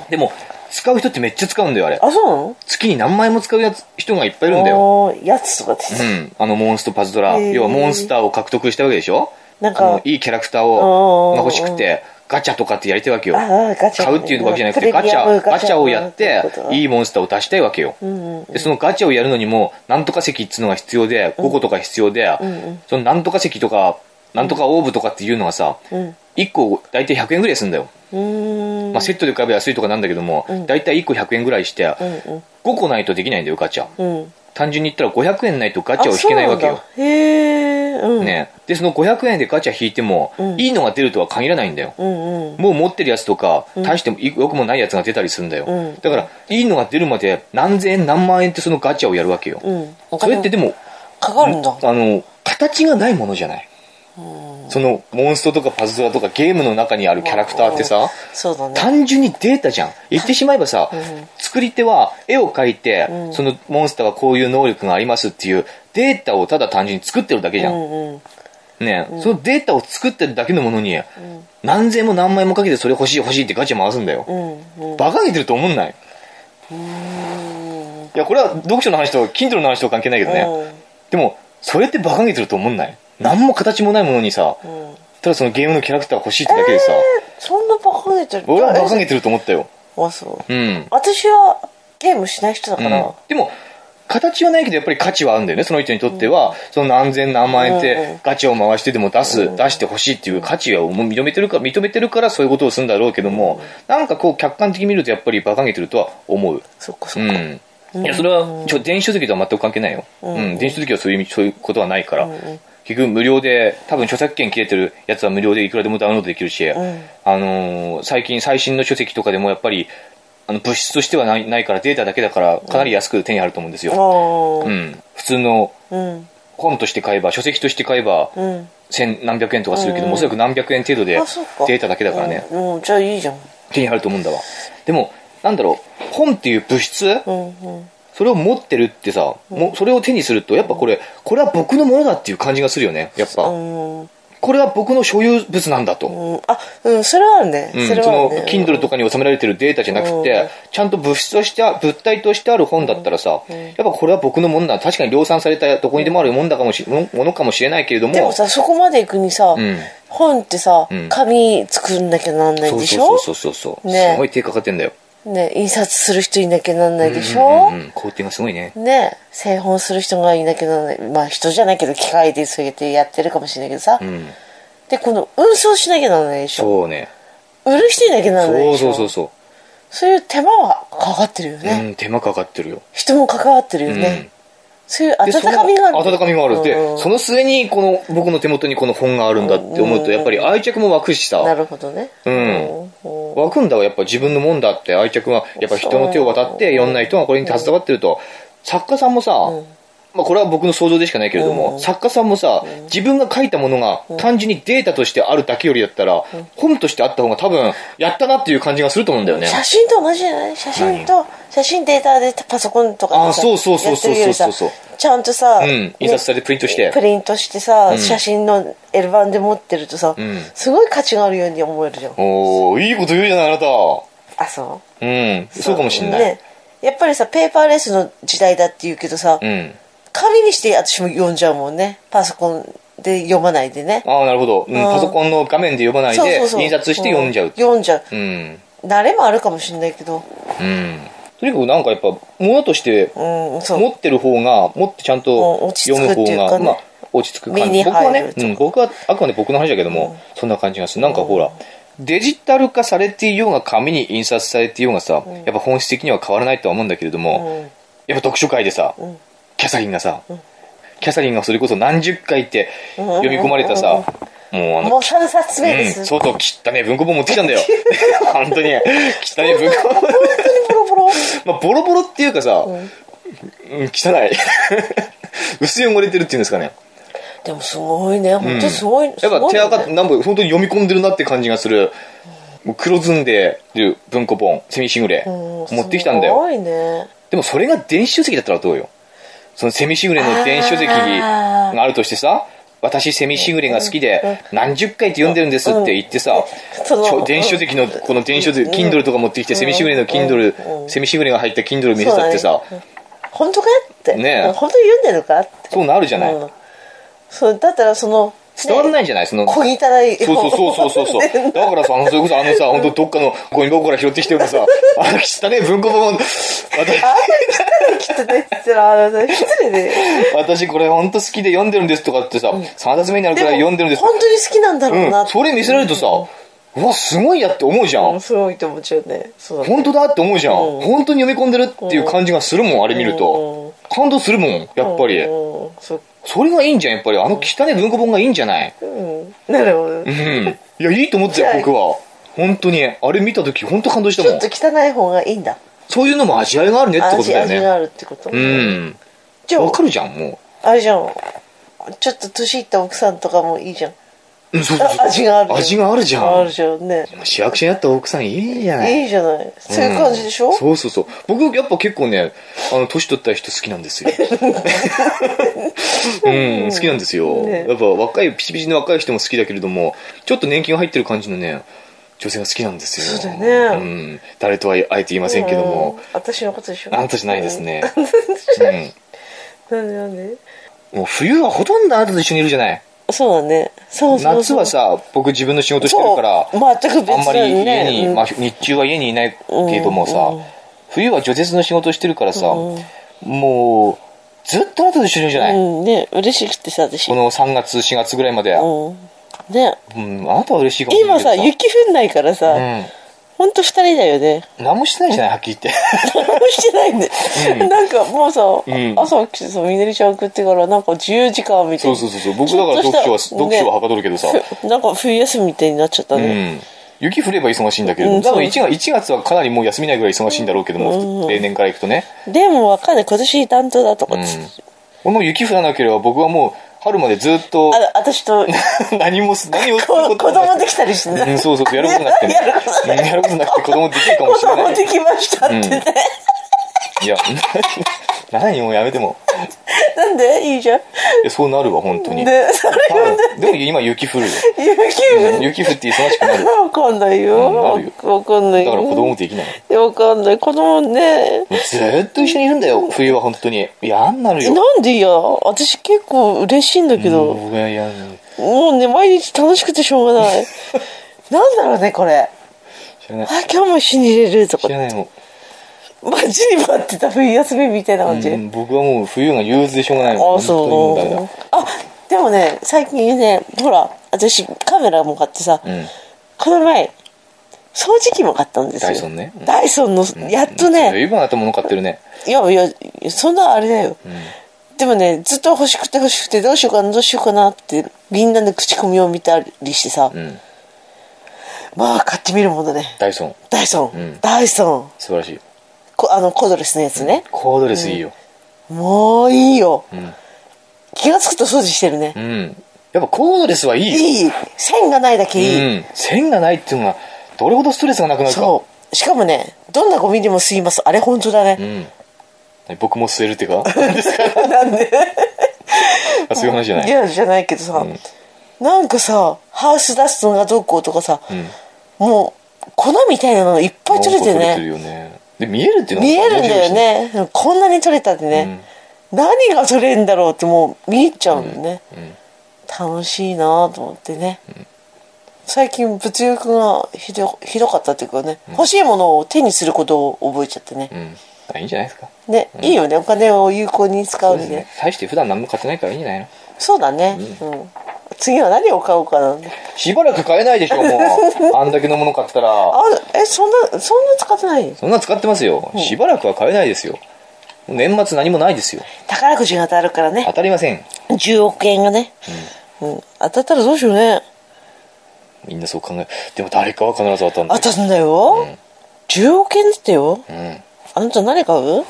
Speaker 2: ん
Speaker 1: でも使う人ってめっちゃ使うんだよあれ
Speaker 2: あそうなの
Speaker 1: 月に何枚も使うやつ人がいっぱいいるんだよ
Speaker 2: よやつとかって言っ
Speaker 1: う
Speaker 2: て
Speaker 1: ん、あのモンストパズドラ、
Speaker 2: へー
Speaker 1: 要はモンスターを獲得したわけでしょ
Speaker 2: なん
Speaker 1: あの
Speaker 2: か
Speaker 1: いいキャラクター
Speaker 2: う
Speaker 1: を
Speaker 2: ん
Speaker 1: が欲しくてガチャとかってやりたいわけよ
Speaker 2: ああガチャ
Speaker 1: 買うっていうわけじゃなくてガチ
Speaker 2: プレミア
Speaker 1: ャ
Speaker 2: ムガ
Speaker 1: ガ
Speaker 2: チャ
Speaker 1: チャをやって
Speaker 2: うん
Speaker 1: いいモンスターを出したいわけよ、
Speaker 2: うんうん
Speaker 1: でそのガチャをやるのにもなんとか席っつうのが必要で5個とか必要で、そのなんとか席とかなんとかオーブとかっていうのがさ、
Speaker 2: ん
Speaker 1: 1個大体100円ぐらいするんだよ、
Speaker 2: うーん
Speaker 1: まあ、セットで買えば安いとかなんだけども、大体1個100円ぐらいして、5個ないとできないんだよガチャ、
Speaker 2: うん
Speaker 1: 単純に言ったら500円ないとガ
Speaker 2: あ
Speaker 1: チャを引けないわけよ
Speaker 2: そうなんだへえうん
Speaker 1: ね、でその500円でガチャ引いても、いいのが出るとは限らないんだよ、
Speaker 2: うんうん
Speaker 1: もう持ってるやつとか、大しても良くもないやつが出たりするんだよ、
Speaker 2: ん
Speaker 1: だからいいのが出るまで何千円何万円ってそのガチャをやるわけよ、
Speaker 2: うんお
Speaker 1: そ
Speaker 2: 金
Speaker 1: れってでも
Speaker 2: かかるんだ
Speaker 1: あの形がないものじゃない、そのモンストとかパズドラとかゲームの中にあるキャラクターってさ、
Speaker 2: そうだね
Speaker 1: 単純にデータじゃん言ってしまえばさ、作り手は絵を描いて、そのモンスターはこういう能力がありますっていうデータをただ単純に作ってるだけじゃん
Speaker 2: うんうん
Speaker 1: ね、そのデータを作ってるだけのものに、何千も何万円もかけてそれ欲しい欲しいってガチャ回すんだよ、
Speaker 2: うんうん
Speaker 1: バカげてると思んないいやこれは読書の話と Kindle の話とは関係ないけどね、でもそれってバカげてると思んない何も形もないものにさ、
Speaker 2: うん
Speaker 1: ただそのゲームのキャラクター欲しいってだけでさ、
Speaker 2: そんなバカげてる
Speaker 1: 俺はバカ
Speaker 2: げ
Speaker 1: げてると思ったよ
Speaker 2: あそう
Speaker 1: うん、
Speaker 2: 私はゲームしない人だ
Speaker 1: う
Speaker 2: か
Speaker 1: ん
Speaker 2: ら
Speaker 1: でも形はないけどやっぱり価値はあるんだよねその人にとっては、その何千何万円っ
Speaker 2: うんう
Speaker 1: て
Speaker 2: ん
Speaker 1: ガチャを回してでも出す、出してほしいっていう価値を認めてるから認めてるからそういうことをするんだろうけども、なんかこう客観的に見るとやっぱり馬鹿げてるとは思う
Speaker 2: そっか
Speaker 1: う
Speaker 2: そっか
Speaker 1: んいやそれはちょ電子書籍とは全く関係ないよ、うん電子書籍はそういう意味そういうことはないから、結局無料で多分著作権切れてるやつは無料でいくらでもダウンロードできるし、
Speaker 2: ん
Speaker 1: あのー最近最新の書籍とかでもやっぱりあの物質としてはないないからデータだけだからかなり安く手に入ると思うんですよ、
Speaker 2: あ
Speaker 1: う
Speaker 2: あ
Speaker 1: ん、普通の
Speaker 2: うん
Speaker 1: 本として買えば書籍として買えば
Speaker 2: うん
Speaker 1: 千何百円とかするけどもおそらく何百円程度で
Speaker 2: あそっか
Speaker 1: データだけだからね
Speaker 2: うんうんじゃあいいじゃん
Speaker 1: 手に入ると思うんだわでもなんだろう本っていう物質
Speaker 2: うんうん
Speaker 1: それを持ってるってさ、もうそれを手にすると、やっぱこれ、これは僕のものだっていう感じがするよね、やっぱ。
Speaker 2: うん、うん、
Speaker 1: これは僕の所有物なんだと。
Speaker 2: あうんそれはあるね、
Speaker 1: うん、
Speaker 2: そ
Speaker 1: そ
Speaker 2: れはあ
Speaker 1: の
Speaker 2: るね
Speaker 1: Kindle とかに収められてるデータじゃなくて、
Speaker 2: うん
Speaker 1: ちゃんと物質としてあ物体としてある本だったらさ、やっぱこれは僕のもんだ確かに量産されたどこにでもあるもんだかもしもものかもしれないけれども
Speaker 2: でもさそこまで行くにさ、
Speaker 1: ん
Speaker 2: 本ってさ、
Speaker 1: ん
Speaker 2: 紙作んなきゃなんない
Speaker 1: そう
Speaker 2: でし
Speaker 1: そ
Speaker 2: ょ
Speaker 1: うそうそうそう、
Speaker 2: ね
Speaker 1: すごい手かかってんだよ、
Speaker 2: ね、印刷する人いなきゃなんないでし
Speaker 1: う
Speaker 2: ょ、
Speaker 1: んうん、工程がすごいね
Speaker 2: ね、製本する人がいなきゃならないまあ人じゃないけど機械でそうやってやってるかもしれないけどさ、
Speaker 1: うん
Speaker 2: でこの運送しなきゃならないでしょ
Speaker 1: そうね
Speaker 2: 売る人いなきゃならない
Speaker 1: そ
Speaker 2: で
Speaker 1: う
Speaker 2: し
Speaker 1: そ
Speaker 2: ょ
Speaker 1: うそうそ
Speaker 2: そういう手間はかかってるよ
Speaker 1: う、
Speaker 2: ね、
Speaker 1: うん、手間かかってるよ
Speaker 2: 人も関わってるよね、
Speaker 1: うん
Speaker 2: そういう
Speaker 1: で
Speaker 2: 温かみが
Speaker 1: そ
Speaker 2: ある
Speaker 1: の温かみがある。
Speaker 2: うんうん
Speaker 1: で、その末に、この、僕の手元にこの本があるんだって思うと、やっぱり愛着も湧くしさ。
Speaker 2: なるほどね
Speaker 1: うん
Speaker 2: うん
Speaker 1: 湧くんだわやっぱ自分のもんだって愛着がやっぱ人の手を渡っていろんな人がこれに携わってると作家さんもさ、まあ、これは僕の想像でしかないけれども、作家さんもさ、自分が書いたものが単純にデータとしてあるだけよりだったら、本としてあった方が多分やったなっていう感じがすると思うんだよね
Speaker 2: 写真と同じじゃない写真と写真データでパソコンとかでさ
Speaker 1: あそうそうそうそう
Speaker 2: やってるよりさ
Speaker 1: そうそうそ
Speaker 2: ちゃんとさ、
Speaker 1: うん印刷されてプリントして
Speaker 2: プリントしてさ、
Speaker 1: ん
Speaker 2: 写真の L 版で持ってるとさ、
Speaker 1: ん
Speaker 2: すごい価値があるように思えるじゃん
Speaker 1: おおいいこと言うじゃないあなた
Speaker 2: あそう
Speaker 1: うんそうかもしんない、
Speaker 2: ね、やっぱりさペーパーレスの時代だって言うけどさ、
Speaker 1: うん
Speaker 2: 紙にして私も読んじゃうもんねパソコンで読まないでね
Speaker 1: ああなるほど、うん、パソコンの画面で読まない
Speaker 2: そう
Speaker 1: で
Speaker 2: そうそう
Speaker 1: 印刷して読んじゃう
Speaker 2: 読んじゃう、
Speaker 1: うん
Speaker 2: 慣れもあるかもしれないけど
Speaker 1: うんとにかくなんかやっぱ物として
Speaker 2: うんそう
Speaker 1: 持ってる方がもっとちゃん
Speaker 2: うん
Speaker 1: と
Speaker 2: 落ち着く
Speaker 1: 読む方
Speaker 2: っていうか
Speaker 1: が、
Speaker 2: ね
Speaker 1: まあ、落ち着く感
Speaker 2: 目に
Speaker 1: じ僕
Speaker 2: 入
Speaker 1: は
Speaker 2: る
Speaker 1: ね、
Speaker 2: と
Speaker 1: うん、僕はあくまで僕の話だけども、そんな感じがするなんかほら、デジタル化されていようが紙に印刷されていようがさ、やっぱ本質的には変わらないとは思うんだけれども、やっぱ読書会でさ、キャサリンがさ、キャサリンがそれこそ何十回って読み込まれたさ、もうあの
Speaker 2: もう3冊目です、
Speaker 1: うん、そうそう、汚ねえ文庫本持ってきたんだ よ。本当に。汚ねえ文庫本。
Speaker 2: 本当にボロボロ
Speaker 1: まあ、ボロボロっていうかさ、うん、汚い。 薄汚れてるっていうんですかね。
Speaker 2: でもすごいね本当にすごい、
Speaker 1: やっ
Speaker 2: す
Speaker 1: ぱ
Speaker 2: ごい
Speaker 1: 手
Speaker 2: よ
Speaker 1: 垢、
Speaker 2: ね
Speaker 1: なんか本当に読み込んでるなって感じがする。もう黒ずんでる文庫本、セミシグレ、
Speaker 2: うん
Speaker 1: 持ってきたんだよ
Speaker 2: す。ごいね
Speaker 1: でもそれが電子書籍だったらどうよそのセミシグレの電子書籍
Speaker 2: あー
Speaker 1: があるとしてさ私セミシグレが好きで何十回って読んでるんですって言ってさ、
Speaker 2: その
Speaker 1: ちょ電子書籍のこの電子書籍 Kindle とか持ってきてセミシグレの Kindle、セミシグレが入った Kindle 見せたってさそう,、
Speaker 2: 本当かって、
Speaker 1: ねえ
Speaker 2: 本当に読んでるかって
Speaker 1: なるじゃない、
Speaker 2: うん、そうだったらその
Speaker 1: 伝わらないいんじゃないその
Speaker 2: 小汚い
Speaker 1: そうそうそうそう そうそう。だからさ、あの、それこそあのさ、本当どっかのゴミ箱から拾ってきてるのさ、あの汚ねえ文庫本、私、
Speaker 2: 汚いって言ったらあの失礼で
Speaker 1: 私これ本当好きで読んでるんですとかってさ、3冊目になるくらい読んでるんですとか
Speaker 2: 本当に好きなんだろうな
Speaker 1: う
Speaker 2: っ
Speaker 1: ん、
Speaker 2: て
Speaker 1: それ見せられるとさ、うわ、すごいやって思うじゃ
Speaker 2: うん
Speaker 1: ん。
Speaker 2: すごいと思っちゃうねそうだね
Speaker 1: 本当だって思うじゃん。本当に読み込んでるっていう感じがするもん、あれ見る
Speaker 2: うん
Speaker 1: と。感動するもん、やっぱり。
Speaker 2: うんそう
Speaker 1: それがいいんじゃん、やっぱり。あの汚い文庫本がいいんじゃない
Speaker 2: うんなるほど
Speaker 1: うん。いや、いいと思った
Speaker 2: じゃあ
Speaker 1: よ、僕は。本当に。あれ見た時本当感動した
Speaker 2: ちょ
Speaker 1: もん
Speaker 2: っと。汚い方がいいんだ
Speaker 1: そういうのも味わいがあるねってこと
Speaker 2: 味
Speaker 1: だよ
Speaker 2: 味が
Speaker 1: ね。
Speaker 2: あるってこと
Speaker 1: うん。
Speaker 2: じゃあ
Speaker 1: わかるじゃん、も
Speaker 2: あれじゃんちょっと年いった奥さんとかもいいじゃん
Speaker 1: う。うん、そうそう
Speaker 2: あ
Speaker 1: そう
Speaker 2: 味がある
Speaker 1: 味があるじゃ
Speaker 2: ある
Speaker 1: ん。
Speaker 2: じゃんね
Speaker 1: 市役所にあった奥さんいいじゃない。
Speaker 2: いいじゃないそういう感じでし
Speaker 1: う
Speaker 2: ょ、
Speaker 1: んそうそうそう僕やっぱ結構ねあの年取った人好きなんです ようん好きなんですよ、
Speaker 2: ね
Speaker 1: やっぱ若いピチピチの若い人も好きだけれどもちょっと年金が入ってる感じのね女性が好きなんですよ
Speaker 2: そうだね
Speaker 1: うん、誰とはあえて言いませんけども
Speaker 2: うん、私のことでしょ
Speaker 1: あなたじゃないです ね、
Speaker 2: うんなんでなんで
Speaker 1: うん、もう冬はほとんどあなたと一緒にいるじゃない
Speaker 2: そうだねそうそう
Speaker 1: 夏
Speaker 2: そう
Speaker 1: はさ僕自分の仕事してるから
Speaker 2: そう全く別だよね
Speaker 1: あんまり家に、
Speaker 2: うん
Speaker 1: まあ、日中は家にいないけれどもさ、
Speaker 2: うん
Speaker 1: 冬は除雪の仕事してるからさ、もうずっとあなたと一緒にいるじゃない、
Speaker 2: うんね嬉しくてさ私
Speaker 1: この3月4月ぐらいまで、う
Speaker 2: うんね
Speaker 1: んあなたは嬉しいかもしれない
Speaker 2: 今
Speaker 1: けど
Speaker 2: さ雪降んないからさ、
Speaker 1: う
Speaker 2: ほんと2人だよね
Speaker 1: ん、何もしてないじゃないはっきり言って
Speaker 2: 何もしてないね、なんかもうさ、
Speaker 1: ん
Speaker 2: 朝起きてさみのりちゃん送ってからなんか自由時間みた い
Speaker 1: そうそ
Speaker 2: な
Speaker 1: うそうそう僕だから読書は、
Speaker 2: ちょっとした
Speaker 1: 読書ははかどるけどさ、
Speaker 2: ふなんか冬休みみたいになっちゃった
Speaker 1: う
Speaker 2: ね、
Speaker 1: ん、雪降れば忙しいんだけれど
Speaker 2: う
Speaker 1: も
Speaker 2: ん
Speaker 1: 多分
Speaker 2: そう
Speaker 1: 1, 月1月はかなりもう休みないぐらい忙しいんだろうけども、例年からいくとね、
Speaker 2: でもわかんない今年担当だとかっつって、
Speaker 1: この雪降らなければ僕はもう春までずっと
Speaker 2: あの私と
Speaker 1: 何もす何をする
Speaker 2: こ
Speaker 1: こ
Speaker 2: 子
Speaker 1: ともな
Speaker 2: 供
Speaker 1: く
Speaker 2: できたりして
Speaker 1: う
Speaker 2: ね
Speaker 1: ん、そうそうそうやることなくてね
Speaker 2: やること
Speaker 1: うんやることなくて子供できるかも
Speaker 2: 子
Speaker 1: しれな
Speaker 2: 供
Speaker 1: い
Speaker 2: できましたってね、
Speaker 1: いや何もうやめても。
Speaker 2: なんでいいじゃん。
Speaker 1: いやそうなるわ、本当に。
Speaker 2: ね、それ
Speaker 1: 多分でも今雪降るよ。うん
Speaker 2: 雪
Speaker 1: 雪降って忙しくなる。
Speaker 2: わかんないよ。
Speaker 1: うんなる
Speaker 2: わかんな
Speaker 1: だ
Speaker 2: いよ。
Speaker 1: から子供できない。
Speaker 2: いやわかんない。子供ね。
Speaker 1: ずーっと一緒にいるんだよ、冬は本当に。嫌になるよ。
Speaker 2: なんでいや、私結構嬉しいんだけど、
Speaker 1: 僕が嫌なの
Speaker 2: もうね、毎日楽しくてしょう がない。なんだろうね、これ。
Speaker 1: 知らない。
Speaker 2: あ、今日も死に入れるとか
Speaker 1: 知。らないもん。
Speaker 2: 待ちに待ってた冬休みみたいな感じ。
Speaker 1: うん僕はもう冬が憂鬱でしょうがないもん。
Speaker 2: あ、そう
Speaker 1: 本当にダメだ。
Speaker 2: あ、でもね、最近ね、ほら、私カメラも買ってさ、
Speaker 1: うん。
Speaker 2: この前、掃除機も買ったんですよ。
Speaker 1: ダイソンねうん
Speaker 2: ダイソンの、やっとね、
Speaker 1: 随分頭の買ってるね。
Speaker 2: いやいや、そんなあれだよ。でもね、ずっと欲しくて欲しくて、どうしようかな、どうしようかなって、みんなの口コミを見たりしてさ、
Speaker 1: うん。
Speaker 2: まあ買ってみるものね。
Speaker 1: ダイソン。
Speaker 2: ダイソン、
Speaker 1: うん
Speaker 2: ダイソン、
Speaker 1: 素晴らしい。
Speaker 2: こあの、コードレスのやつね。
Speaker 1: コードレスいいよ。
Speaker 2: もういいよ。
Speaker 1: ん
Speaker 2: 気がつくと掃除してるね
Speaker 1: う。ん。やっぱコードレスはいいよ。
Speaker 2: いい。線がないだけいい。
Speaker 1: うん。線がないっていうのは、どれほどストレスがなくなるか。
Speaker 2: そう。しかもね、どんなゴミでも吸います。あれ本当だ
Speaker 1: う
Speaker 2: ね。
Speaker 1: ん。僕も吸えるっていうか なんで そういう話じゃない
Speaker 2: い。や、じゃないけどさ、なんかさ、ハウスダストがどうこうとかさ、
Speaker 1: ん
Speaker 2: もう、粉みたいなのいっぱい取れて
Speaker 1: なんか取れてる
Speaker 2: ね。
Speaker 1: よね。で、見えるっていうの
Speaker 2: 見
Speaker 1: も
Speaker 2: えるんだよね。こんなに取れたってね。何が取れるんだろうってもう見入っちゃうのね。
Speaker 1: 面白いしね。
Speaker 2: 楽しいなと思ってね、最近物欲がひどひどかったというかね、欲しいものを手にすることを覚えちゃってね
Speaker 1: う、ん。うん。あいいんじゃないですか。
Speaker 2: ね、いいよねお金を有効に使
Speaker 1: そう
Speaker 2: う
Speaker 1: で
Speaker 2: の
Speaker 1: す
Speaker 2: ね
Speaker 1: ね。大して普段何も買ってないからいいんじゃないの
Speaker 2: そうだね、うん次は何を買おうかな
Speaker 1: しばらく買えないでしょ、も う。あんだけのもの買ったら。
Speaker 2: あえそんなそんな使ってない
Speaker 1: そんな使ってますよ。しばらくは買えないですよ。年末何もないですよ。
Speaker 2: 宝くじが当たるからね
Speaker 1: 当たりません。
Speaker 2: 10億円がね、うん、当たったらどうしようね
Speaker 1: みんなそう考え。でも誰かは必ず当たるんだ
Speaker 2: 当
Speaker 1: よ。
Speaker 2: たるんだよ、10億円だってよ
Speaker 1: うん。え
Speaker 2: あなた何買う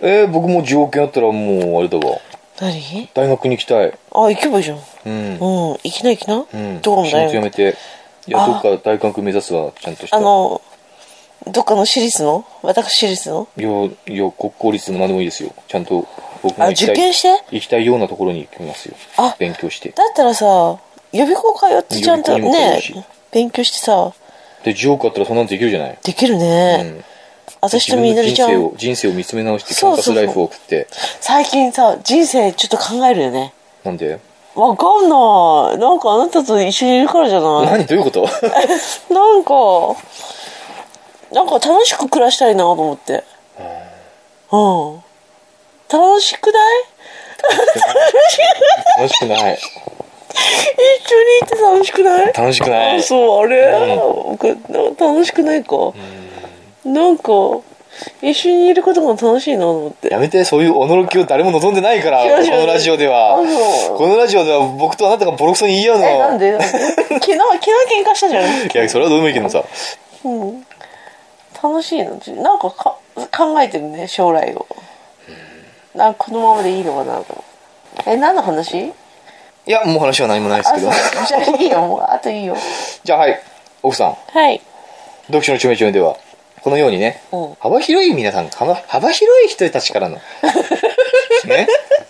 Speaker 1: ー、僕も10億円あったらもう、あれだわ。
Speaker 2: 何
Speaker 1: 大学に行きたい。
Speaker 2: あ行けばいいじゃん
Speaker 1: うん。
Speaker 2: うん、行きな行きな、
Speaker 1: うん。
Speaker 2: どこも
Speaker 1: 仕
Speaker 2: だ
Speaker 1: 事辞
Speaker 2: よ。
Speaker 1: めて。いや、
Speaker 2: あ
Speaker 1: どっか大学目指すわ、ちゃんとした。
Speaker 2: あの、どっかの私立の私立の
Speaker 1: いや、いや、国公立でも何でもいいですよ。ちゃんと僕も
Speaker 2: あ、
Speaker 1: 行きた
Speaker 2: 受
Speaker 1: い。
Speaker 2: 験して
Speaker 1: 行きたいようなところに行きますよ。
Speaker 2: あ
Speaker 1: 勉強して。
Speaker 2: だったらさ、予備校通ってちゃんと
Speaker 1: 予備校にも
Speaker 2: ね
Speaker 1: 通うし、
Speaker 2: 勉強してさ、
Speaker 1: で、10億あったらそんなのできるじゃない。
Speaker 2: できる
Speaker 1: う
Speaker 2: ね。
Speaker 1: ん。
Speaker 2: 私とみなりちゃ
Speaker 1: 自分
Speaker 2: ん
Speaker 1: の人生を、人生を見つめ直してキ
Speaker 2: そ
Speaker 1: ャン
Speaker 2: う
Speaker 1: パ
Speaker 2: そ
Speaker 1: ス
Speaker 2: うそう
Speaker 1: ライフを送って。
Speaker 2: 最近さ、人生ちょっと考えるよね。
Speaker 1: なんで
Speaker 2: わかんない。なんかあなたと一緒にいるからじゃない
Speaker 1: 何どういうこと
Speaker 2: なんか、なんか楽しく暮らしたいなと思って。うん。楽しくない
Speaker 1: 楽しくない。
Speaker 2: 一緒にいて楽しくない
Speaker 1: 楽しくな
Speaker 2: あ
Speaker 1: い。
Speaker 2: そうあれ、僕なんか楽しくないか、なんか一緒にいることが楽しいなと思って
Speaker 1: やめて、そういうおのろきを誰も望んでないから、
Speaker 2: 違う違う
Speaker 1: このラジオでは
Speaker 2: あそ。う
Speaker 1: このラジオでは僕とあなたがボロクソに言い合うの。
Speaker 2: えなんでなんで昨日昨日喧嘩したじゃん
Speaker 1: いや、それはどうでもいいけどさ。
Speaker 2: 楽しいのなんかか考えてるね将来をなんかこのままでいいのかなと思ってえ何の話
Speaker 1: いや、もう話は何もないです
Speaker 2: あ
Speaker 1: け
Speaker 2: そ
Speaker 1: ど
Speaker 2: う。じゃあいいよもうあといいよ
Speaker 1: じゃあ、はい。奥さん。
Speaker 2: はい
Speaker 1: 読書のちょめちょめでは、このようにね、
Speaker 2: うん
Speaker 1: 幅広い皆さん、幅幅広い人たち からの、ね、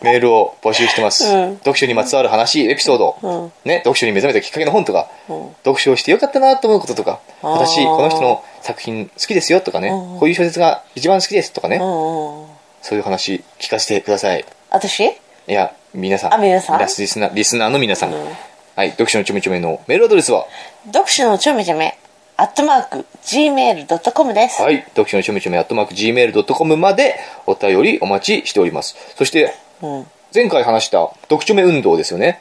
Speaker 1: メールを募集してます、
Speaker 2: うん
Speaker 1: 読書にまつわる話、エピソード、
Speaker 2: うん
Speaker 1: ね、読書に目覚めたきっかけの本とか、
Speaker 2: うん
Speaker 1: 読書をしてよかったなと思うこととか、
Speaker 2: あー
Speaker 1: 私、この人の作品好きですよとかね、
Speaker 2: うん
Speaker 1: こういう小説が一番好きですとかね、
Speaker 2: うんうん
Speaker 1: そういう話聞かせてください。
Speaker 2: 私
Speaker 1: いや、皆さん。
Speaker 2: あ皆さん
Speaker 1: リスナー、リスナーの皆さん。
Speaker 2: うん
Speaker 1: はい、読書のちょめちょめのメールアドレスは、
Speaker 2: 読書のちょめちょめアットマーク gmail.com です
Speaker 1: はい、読書のちょめちょめ、アットマーク、gmail.com までお便りお待ちしております。そして、
Speaker 2: うん
Speaker 1: 前回話した、読書目運動ですよね。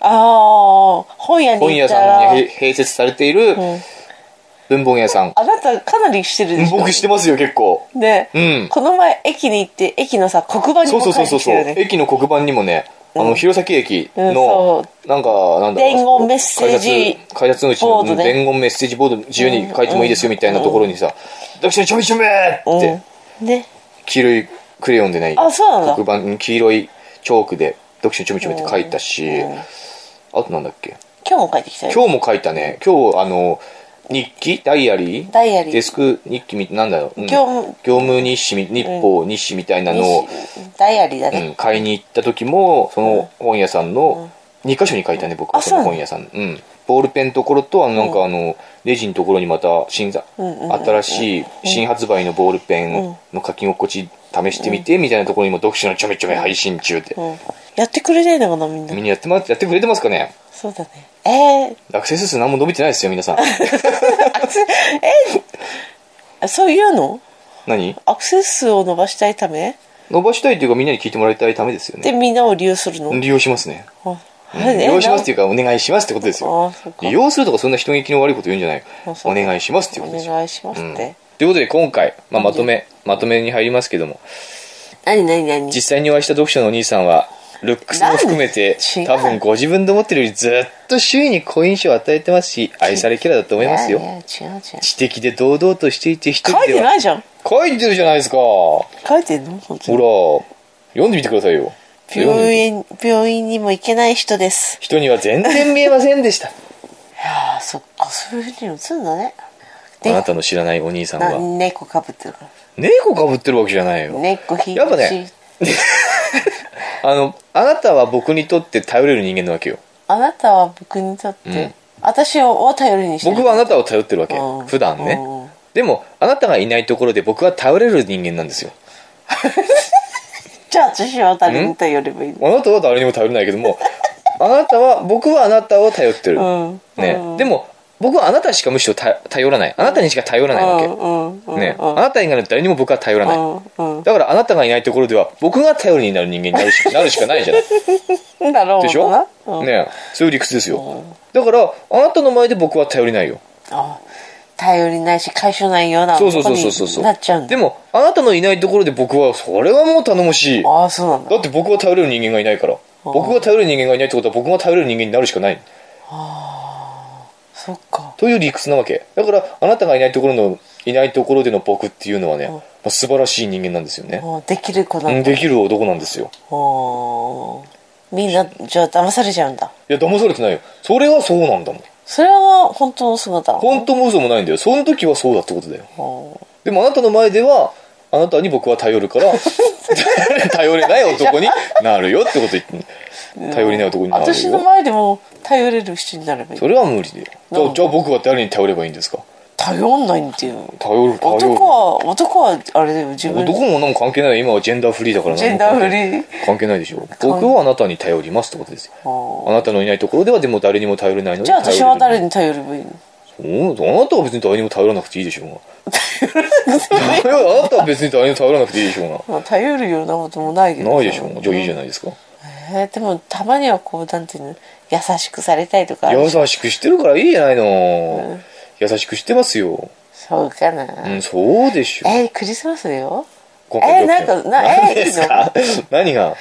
Speaker 2: ああ本屋に
Speaker 1: 本
Speaker 2: 行
Speaker 1: 屋
Speaker 2: ったら
Speaker 1: さんにへ併設されている
Speaker 2: ん、
Speaker 1: 文房具屋さん。
Speaker 2: あなたかなりしてるでしょ
Speaker 1: 僕してますよ、結構。
Speaker 2: ね、
Speaker 1: うん
Speaker 2: この前駅に行って駅のさ黒板に
Speaker 1: そう
Speaker 2: も
Speaker 1: そうそ
Speaker 2: 書いうて
Speaker 1: そう
Speaker 2: き
Speaker 1: そ
Speaker 2: てる
Speaker 1: う。
Speaker 2: よね
Speaker 1: 駅の黒板にもね、あの、弘前駅の、なんか、なんだろう。
Speaker 2: 伝言メッセージ
Speaker 1: 改札改札口
Speaker 2: ボー
Speaker 1: の
Speaker 2: ドね
Speaker 1: 伝言メッセージボード自由に書いてもいいですよ、みたいなところにさ、読書のちょめちょめって、
Speaker 2: うんね
Speaker 1: 黄色いクレヨンでない
Speaker 2: あそうなんだ
Speaker 1: 黒板に黄色いチョークで「読書にちょめちょめ」って書いたし、あとなんだっけ
Speaker 2: 今日も帰ってきたよ
Speaker 1: 今日も書いたね今日あの日記ダイアリー
Speaker 2: ダイアリー
Speaker 1: デスク日記みなんだろう、うん
Speaker 2: 業務
Speaker 1: 業務日誌み日報日誌みたいなのを、
Speaker 2: ダイアリーだ
Speaker 1: う
Speaker 2: ね、
Speaker 1: ん、買いに行った時もその本屋さんの2箇所に書いたね僕は
Speaker 2: あ
Speaker 1: その
Speaker 2: そうなの
Speaker 1: 本屋さん、うん、ボールペンのところとあのなんかあのレジのところにまた新ざ新しい新発売のボールペンの書き心地試してみてみたいなところにも読書のちょめちょめ配信中で
Speaker 2: うんやってくれないのかなみんな
Speaker 1: みんなやってますやってくれてますかね
Speaker 2: そうだねえー、
Speaker 1: アクセス数何も伸びてないですよ皆さ ん
Speaker 2: あそういうの
Speaker 1: 何
Speaker 2: アクセス数を伸ばしたいため
Speaker 1: 伸ばしたいというかみんなに聞いてもらいたいためですよ
Speaker 2: で
Speaker 1: ね
Speaker 2: みんなを利用するの、
Speaker 1: 利用しますね
Speaker 2: ああれ
Speaker 1: 利用しますってい
Speaker 2: え
Speaker 1: うかお願いしますってことです
Speaker 2: あ
Speaker 1: よ
Speaker 2: そうか
Speaker 1: 利用するとかそんな人聞きの悪いこと言うんじゃない
Speaker 2: あそ
Speaker 1: お
Speaker 2: うか
Speaker 1: 願いしますっていう
Speaker 2: な
Speaker 1: こと
Speaker 2: お
Speaker 1: ですよ
Speaker 2: 願いしますって、
Speaker 1: ということで今回、まあ、まとめまとめに入りますけども
Speaker 2: 何何何
Speaker 1: 実際にお会いした読者のお兄さんはルックスも含めて
Speaker 2: なんで
Speaker 1: 多分ご自分で思ってるよりずっと周囲に好印象を与えてます し愛されキャラだと思います
Speaker 2: いや
Speaker 1: よ
Speaker 2: いや違う違う
Speaker 1: 知的で堂々としていて一人
Speaker 2: 書い
Speaker 1: で
Speaker 2: て
Speaker 1: は
Speaker 2: ないじゃん
Speaker 1: 書いてるじゃないですかほ
Speaker 2: 書いてんの本当に
Speaker 1: ら読んでみてくださいよ読ん
Speaker 2: 病
Speaker 1: で
Speaker 2: 院病院にも行けない人です
Speaker 1: 人には全然見えませんでした
Speaker 2: いやーそっかそういうふうに映るんだね
Speaker 1: あな
Speaker 2: で
Speaker 1: たの知らないお兄さん
Speaker 2: な
Speaker 1: は
Speaker 2: 猫かぶってるか
Speaker 1: 猫かぶってるわけじゃない
Speaker 2: ら
Speaker 1: よ
Speaker 2: 猫ひい
Speaker 1: やっぱねあのあなたは僕にとって頼れる人間なわけよ
Speaker 2: あなたは僕にとって、私を頼りにしてる
Speaker 1: 僕はあなたを頼ってるわけ
Speaker 2: うん
Speaker 1: 普段ね
Speaker 2: うん
Speaker 1: でもあなたがいないところで僕は頼れる人間なんですよ
Speaker 2: じゃあ私は誰に頼ればいいの
Speaker 1: あなたは誰にも頼れないけど もあなたは僕はあなたを頼ってる、
Speaker 2: うん
Speaker 1: ね、でも僕はあなたしかむしろた頼らないあなたにしか頼らないわけ、
Speaker 2: うんうんうん
Speaker 1: ね、
Speaker 2: うん
Speaker 1: あなた以外の誰にも僕は頼らない、
Speaker 2: うん
Speaker 1: だからあなたがいないところでは僕が頼りになる人間になるしなるしか ないじゃない
Speaker 2: うんだろう
Speaker 1: でしょ
Speaker 2: な、うん
Speaker 1: ねそういう理屈ですよだからあなたの前で僕は頼りないよ
Speaker 2: あ頼りないし解消ないような
Speaker 1: そうそうそうそうそう
Speaker 2: ことになっちゃうんだ
Speaker 1: でもあなたのいないところで僕はそれはもう頼もしいだ
Speaker 2: ああそうなんだ
Speaker 1: って僕は頼れる人間がいないから僕が頼れる人間がいないってことは僕が頼れる人間になるしかない
Speaker 2: そっか
Speaker 1: という理屈なわけだからあなたがいないところのいないところでの僕っていうのはね、まあ素晴らしい人間なんですよね、
Speaker 2: もうできる子な
Speaker 1: うんん、
Speaker 2: だ
Speaker 1: できる男なんですよ
Speaker 2: おーみんなじゃあ騙されちゃうんだ
Speaker 1: いや騙されてないよそれはそうなんだもん
Speaker 2: それは本当の姿なの
Speaker 1: 本当も嘘もないんだよその時はそうだってことだよ
Speaker 2: おー
Speaker 1: でもあなたの前ではあなたに僕は頼るから 頼れない男になるよってこと言って頼りない男になるよ
Speaker 2: 私の前でも頼れる人になればいい
Speaker 1: それは無理だよじ
Speaker 2: な
Speaker 1: ゃ
Speaker 2: ん
Speaker 1: あ
Speaker 2: で
Speaker 1: じゃあ僕は誰に頼ればいいんですか
Speaker 2: 頼んないんだよ
Speaker 1: 頼る頼る
Speaker 2: 男は男はあれだよ自分
Speaker 1: 男もなんか関係ないよ今はジェンダーフリーだから
Speaker 2: ジェンダーフリー
Speaker 1: ー関係ないでしょ僕はあなたに頼りますってことですよ
Speaker 2: あ
Speaker 1: あなたのいないところではでも誰にも頼れないので
Speaker 2: じゃあ私は誰
Speaker 1: に
Speaker 2: に頼ればいいの
Speaker 1: あなたは別に誰にも頼らなくていいでしょ うがいやあなたは別に誰にも頼らなくていいでしょうが
Speaker 2: まあ頼るようなこともないけどさ
Speaker 1: ないでしょうがじゃあいいじゃないですか
Speaker 2: えーでもたまにはこうなんていうの優しくされたいとかある
Speaker 1: 優
Speaker 2: でしょ
Speaker 1: しくしてるからいいじゃないの優しくしてますよ
Speaker 2: そうかな、
Speaker 1: うんそうでしょ
Speaker 2: えークリスマスだよ
Speaker 1: 今回
Speaker 2: えーなんかな
Speaker 1: 何
Speaker 2: えーい
Speaker 1: で
Speaker 2: い
Speaker 1: す
Speaker 2: の
Speaker 1: か何が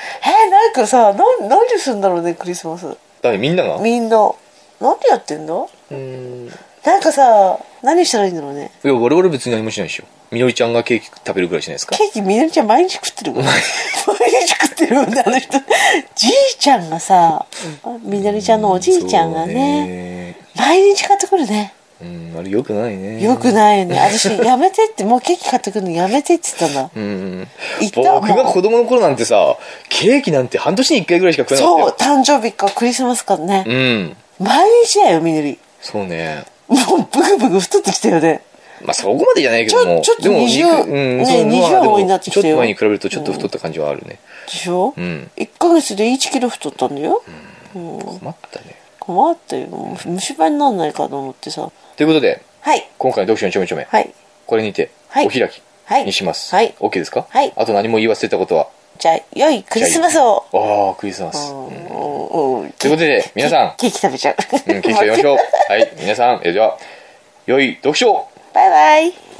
Speaker 2: えーなんかさな何するんだろうねクリスマス
Speaker 1: 誰みんなが
Speaker 2: みんな何やってんの
Speaker 1: うん
Speaker 2: なんかさ何したらいいんだろうね
Speaker 1: いや、我々別に何もしないでしょ。みのりちゃんがケーキ食べるぐらいじゃないですか。
Speaker 2: ケーキみのりちゃん毎日食ってる もん毎日食ってるもんねあの人じいちゃんがさみのりちゃんのおじいちゃんがね毎日買ってくるね
Speaker 1: そうね。うん、あれよくないね。
Speaker 2: よくないよね私やめてってもうケーキ買ってくるのやめてって言ったんだ
Speaker 1: うん。
Speaker 2: 言った
Speaker 1: 僕
Speaker 2: もん
Speaker 1: が子供の頃なんてさ、ケーキなんて半年に一回ぐらいしか食えな
Speaker 2: そう
Speaker 1: かっ
Speaker 2: 誕生日かクリスマスかね
Speaker 1: たよ。うん。
Speaker 2: 毎日だよみのり
Speaker 1: そうね。
Speaker 2: もうブクブク太ってきたよね
Speaker 1: まあそこまでじゃないけども。
Speaker 2: ちょちょっと
Speaker 1: でも
Speaker 2: 20ね
Speaker 1: そうまあ
Speaker 2: 20
Speaker 1: でも
Speaker 2: 多いなってき
Speaker 1: ちょ
Speaker 2: た
Speaker 1: っ
Speaker 2: よ
Speaker 1: と前に比べるとちょっと太った感じはあるね。
Speaker 2: でしょ、
Speaker 1: うん
Speaker 2: 1ヶ月で1キロ太ったんだよ、
Speaker 1: 困ったね。
Speaker 2: 困ったよもう虫歯になんないかと思ってさ
Speaker 1: ということで、
Speaker 2: はい
Speaker 1: 今回の読書のちょめちょめ、
Speaker 2: はい
Speaker 1: これにて、
Speaker 2: はい
Speaker 1: お開き
Speaker 2: はい
Speaker 1: にします。
Speaker 2: はい
Speaker 1: OK ですか
Speaker 2: はい
Speaker 1: あと何も言い忘れたことは。
Speaker 2: じゃあ良いクリスマスを
Speaker 1: ああ、クリスマス。
Speaker 2: と
Speaker 1: とい
Speaker 2: いう
Speaker 1: うことで、皆さん、
Speaker 2: ケーキ食べちゃう。
Speaker 1: うん、聞いてみましょう。はい、皆さん、えじゃあ、良い読書を
Speaker 2: バイバイ。